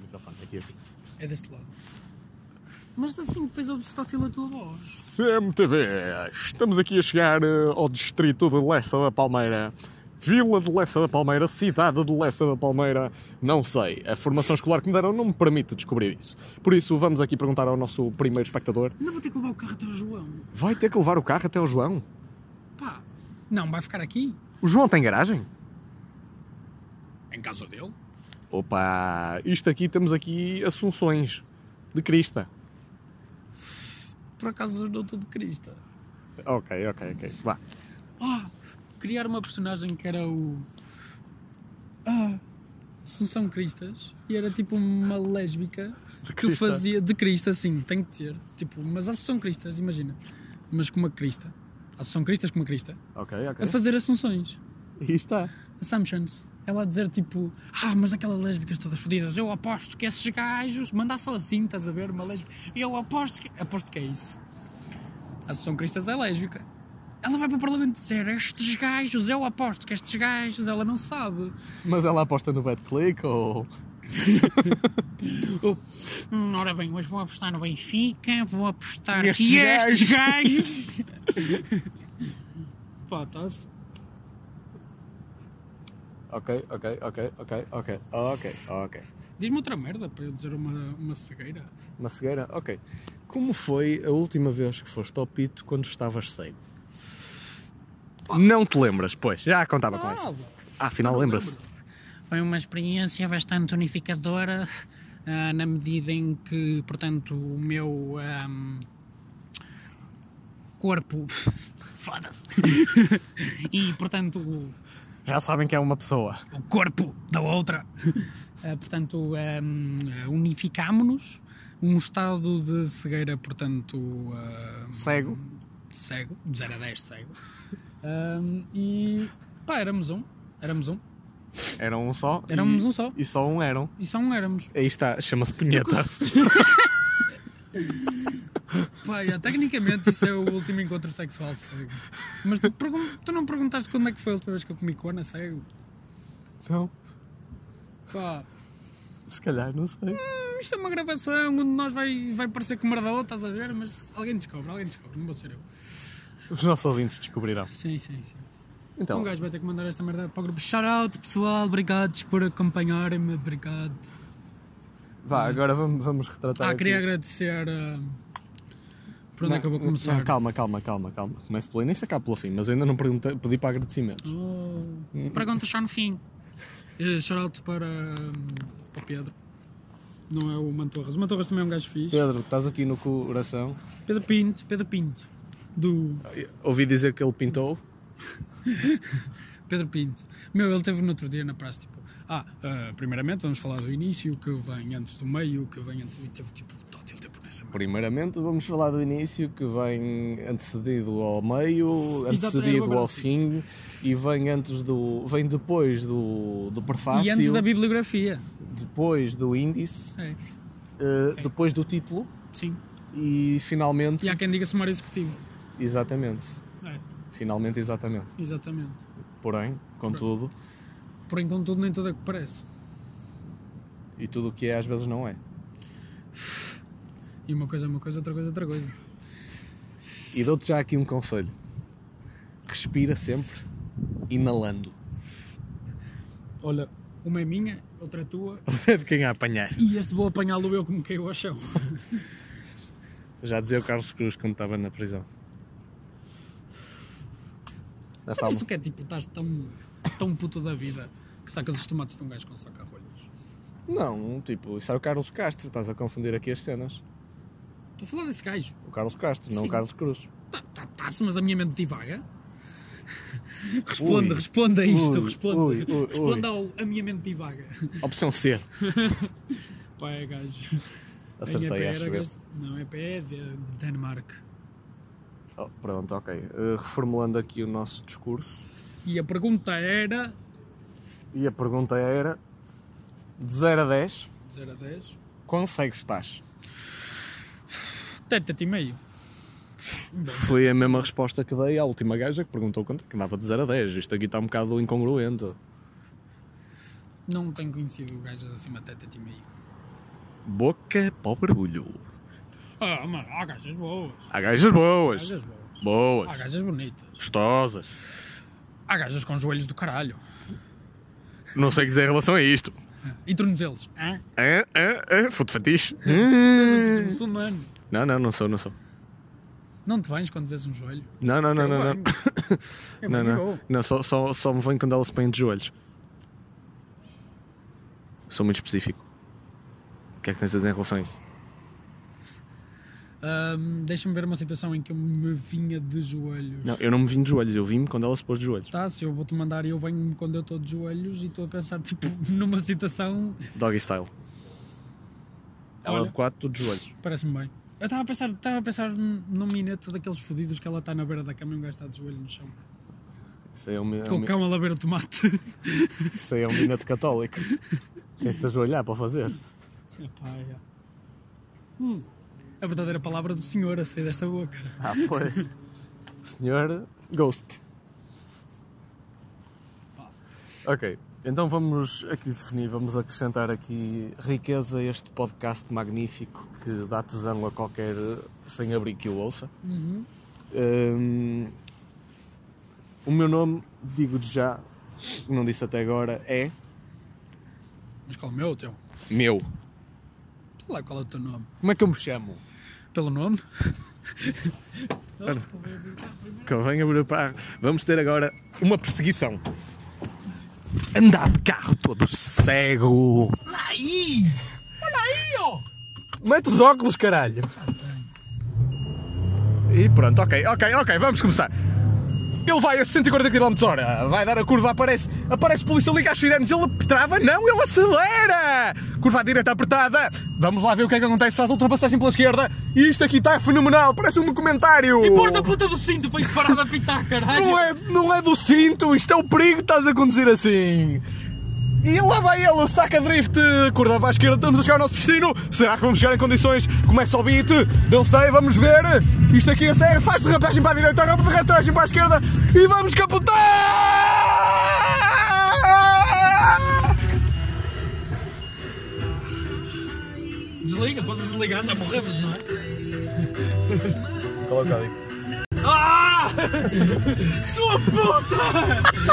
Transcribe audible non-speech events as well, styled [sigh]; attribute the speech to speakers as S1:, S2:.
S1: microfone, aqui assim.
S2: É deste lado. Mas assim, depois ouve-se tátil a tua voz.
S1: CMTV, estamos aqui a chegar eh, ao distrito de Lessa da Palmeira. Vila de Lessa da Palmeira, cidade de Lessa da Palmeira, não sei. A formação escolar que me deram não me permite descobrir isso. Por isso, vamos aqui perguntar ao nosso primeiro espectador.
S2: Ainda vou ter que levar o carro até o João.
S1: Vai ter que levar o carro até o João?
S2: Pá, não, vai ficar aqui?
S1: O João tem garagem?
S2: Em casa dele?
S1: Opa, isto aqui temos aqui Assunções de Crista.
S2: Por acaso ajudou todo Crista.
S1: Ok, ok, ok. Vá.
S2: Ah, criar uma personagem que era o. Ah, Assunção Cristas. E era tipo uma lésbica
S1: De
S2: que fazia. De Crista, sim, tem que ter. Tipo, mas Assunção Cristas, imagina. Mas com uma Crista. Assunção Cristas com uma Crista.
S1: Ok,
S2: A
S1: ok.
S2: fazer Assunções.
S1: E está.
S2: Assumptions. Ela a dizer tipo, ah, mas aquelas lésbicas todas fodidas, eu aposto que esses gajos mandasse ela assim, estás a ver, uma lésbica, eu aposto que. Aposto que é isso. A Associação Cristas é lésbica. Ela vai para o Parlamento dizer, estes gajos, eu aposto que estes gajos, ela não sabe.
S1: Mas ela aposta no bad click ou.
S2: Ou, "Hum, ora bem, hoje vou apostar no Benfica, vou apostar
S1: Nestes
S2: que estes gajos. Pá, estás.
S1: Ok, ok, ok, ok, ok, ok, ok.
S2: Diz-me outra merda para eu dizer uma, uma cegueira.
S1: Uma cegueira? Ok. Como foi a última vez que foste ao pito quando estavas cego? Ah. Não te lembras, pois. Já contava com isso.
S2: Ah,
S1: Ah, Afinal, lembra-se.
S2: Foi uma experiência bastante unificadora, ah, na medida em que, portanto, o meu ahm, corpo. [laughs] Foda-se! [laughs] e, portanto, o,
S1: Já sabem que é uma pessoa.
S2: o corpo da outra. Ah, portanto, um, unificámonos. Um estado de cegueira, portanto. ah,
S1: Cego.
S2: cego, de 0 a 10 cego. Ahm, e. pá, éramos um. Éramos um.
S1: Eram um só. e-
S2: Éramos um só.
S1: E só um eram.
S2: E só um éramos.
S1: Aí está, chama-se punheta.
S2: Pá, já, tecnicamente isso é o último encontro sexual cego. Mas tu, pergun- tu não perguntaste quando é que foi a última vez que eu comi cona cego?
S1: [laughs] Então,
S2: Pá,
S1: se calhar, não sei.
S2: hum, isto é uma gravação onde nós vai, vai parecer que merdou, estás a ver? Mas alguém descobre, alguém descobre, não vou ser eu.
S1: Os nossos ouvintes descobrirão.
S2: Sim, sim, sim. sim.
S1: Então,
S2: Um gajo vai ter que mandar esta merda para o grupo. Shout out, pessoal, obrigados por acompanharem-me, obrigado.
S1: vá, agora vamos, vamos retratar.
S2: Ah,
S1: aqui.
S2: queria agradecer. ah, por onde é que eu vou
S1: Não, não,
S2: começar?
S1: calma, calma, calma, calma. Começo pelo início e acabo pelo fim, mas ainda não perguntei, pedi para agradecimentos.
S2: Oh, pergunta só no fim. Eh, Shout out para, hum, para o Pedro. Não é o Mantorras. O Mantorras também é um gajo fixe.
S1: Pedro, estás aqui no coração.
S2: Pedro Pinto, Pedro Pinto. Do
S1: Ouvi dizer que ele pintou.
S2: Pedro Pinto. Meu, ele teve no outro dia na praça, tipo, ah, ah, primeiramente vamos falar do início, o que vem antes do meio, o que vem antes do. E teve tipo, tótil tempo nessa merda.
S1: Primeiramente, vamos falar do início, que vem antecedido ao meio,
S2: Exato,
S1: antecedido
S2: é,
S1: ao fim e vem antes do. vem depois do, do
S2: E antes
S1: prefácio,
S2: da bibliografia.
S1: depois do índice,
S2: É,
S1: eh, depois do título
S2: sim.
S1: e finalmente.
S2: E há quem diga sumário executivo.
S1: Exatamente.
S2: É,
S1: Finalmente, exatamente.
S2: exatamente.
S1: Porém, contudo,
S2: Porém, contudo, nem tudo é que parece.
S1: e tudo o que é às vezes não é.
S2: E uma coisa é uma coisa, outra coisa é outra coisa.
S1: E dou-te já aqui um conselho. Respira sempre inalando. [laughs]
S2: Olha, uma é minha, outra é tua
S1: É de quem a apanhar.
S2: e este vou apanhá-lo eu como caiu ao chão.
S1: Já dizia o Carlos Cruz quando estava na prisão. Já
S2: Já
S1: está um-
S2: viste o que é tipo, estás tão, tão puto da vida que sacas os tomates de um gajo com saca-rolhas?
S1: Não, tipo, isso é o Carlos Castro. Estás a confundir aqui as cenas.
S2: Estou a falar desse gajo.
S1: O Carlos Castro, não
S2: Sim.
S1: o Carlos Cruz.
S2: Tá-se, mas a minha mente divaga. [laughs] Responde,
S1: Ui.
S2: responde a isto,
S1: Ui,
S2: responde.
S1: ui, ui, ui.
S2: responde ao a minha mente divaga. [laughs]
S1: Opção C.
S2: Pá, é gajo. a minha
S1: Acertei,
S2: pé
S1: acho
S2: era
S1: eu.
S2: gajo- Não, é pé é de de Dinamarca.
S1: Oh, pronto, ok. Uh, reformulando aqui o nosso discurso.
S2: E a pergunta era.
S1: E a pergunta era... De 0 a 10,
S2: de 0 a 10.
S1: quão cego estás?
S2: Tete, tete e meio. Bom.
S1: Foi a mesma resposta que dei à última gaja que perguntou quanto é que dava de 0 a 10. Isto aqui está um bocado incongruente.
S2: Não tenho conhecido gajas acima de teta e meio.
S1: Boca para o barulho.
S2: Ah, mano, há gajas boas.
S1: Há gajas boas.
S2: Gajas boas.
S1: Boas.
S2: Há gajas bonitas.
S1: Gostosas.
S2: Há gajas com joelhos do caralho.
S1: Não sei o que dizer em relação a isto.
S2: E tornozelos. Hã? Tipo
S1: Hã? Hã? Hã? Foto é, fetiche?
S2: És
S1: Hã?
S2: muçulmano.
S1: Não, não, não sou, não sou.
S2: Não te vens quando vês um joelho.
S1: Não, não, não,
S2: Eu
S1: não. Não,
S2: venho. Eu
S1: não,
S2: venho.
S1: não. não só, só, só me venho quando ela se põe de joelhos. Sou muito específico. O que é que tens a dizer em relação a isso?
S2: Ahm, Hum, Deixa-me ver uma situação em que eu me vinha de joelhos.
S1: Não, eu não me vim de joelhos, eu vim-me quando ela se pôs de joelhos.
S2: Tá, se eu vou-te mandar e eu venho quando eu estou de joelhos e estou a pensar, tipo, [laughs] numa situação.
S1: Doggy style. Ela
S2: Olha.
S1: de quatro, tu de joelhos.
S2: Parece-me bem. Eu estava a pensar, estava a pensar num num minete daqueles fodidos que ela está na beira da cama e um gajo está de joelho no chão.
S1: Isso aí é um, mi- é
S2: Com
S1: um,
S2: o
S1: mi-
S2: cão a laber o tomate.
S1: isso aí é um minuto católico. Tens de ajoelhar para fazer.
S2: Epá, é. Hum, a verdadeira palavra do senhor a sair desta boca.
S1: Ah, pois. [laughs] Senhor Ghost. Ok, então vamos aqui definir, vamos acrescentar aqui riqueza a este podcast magnífico que dá tesão a qualquer sem-abrigo que o ouça.
S2: Uhum.
S1: Hum, o meu nome, digo já, não disse até agora, é.
S2: Mas qual é o meu, o teu?
S1: Meu.
S2: Sei lá qual é o teu nome.
S1: Como é que eu me chamo?
S2: Pelo nome?
S1: Convém abrir para. Vamos ter agora uma perseguição. Andar de carro todo cego.
S2: Olha aí! Olha aí, ó!
S1: Mete os óculos, caralho. E pronto, ok, ok, ok, vamos começar. Ele vai a 140 km hora, vai dar a curva, aparece, aparece polícia, liga as sirenes, ele trava, não, ele acelera! Curva à direita apertada, vamos lá ver o que é que acontece, faz a ultrapassagem pela esquerda, e isto aqui está fenomenal, parece um documentário!
S2: E pôr a puta do cinto para isso parar de apitar, caralho!
S1: Não é, não é do cinto, isto é o perigo que estás a conduzir assim. E lá vai ele, saca drift, curva para a esquerda, estamos a chegar ao nosso destino. Será que vamos chegar em condições? Começa o beat, não sei, vamos ver. Isto aqui é sério, faz derrapagem para a direita, derrapagem para a esquerda e vamos capotar!
S2: Desliga, podes desligar, já morremos, não é?
S1: Qual é o código?
S2: Ah! Sua puta!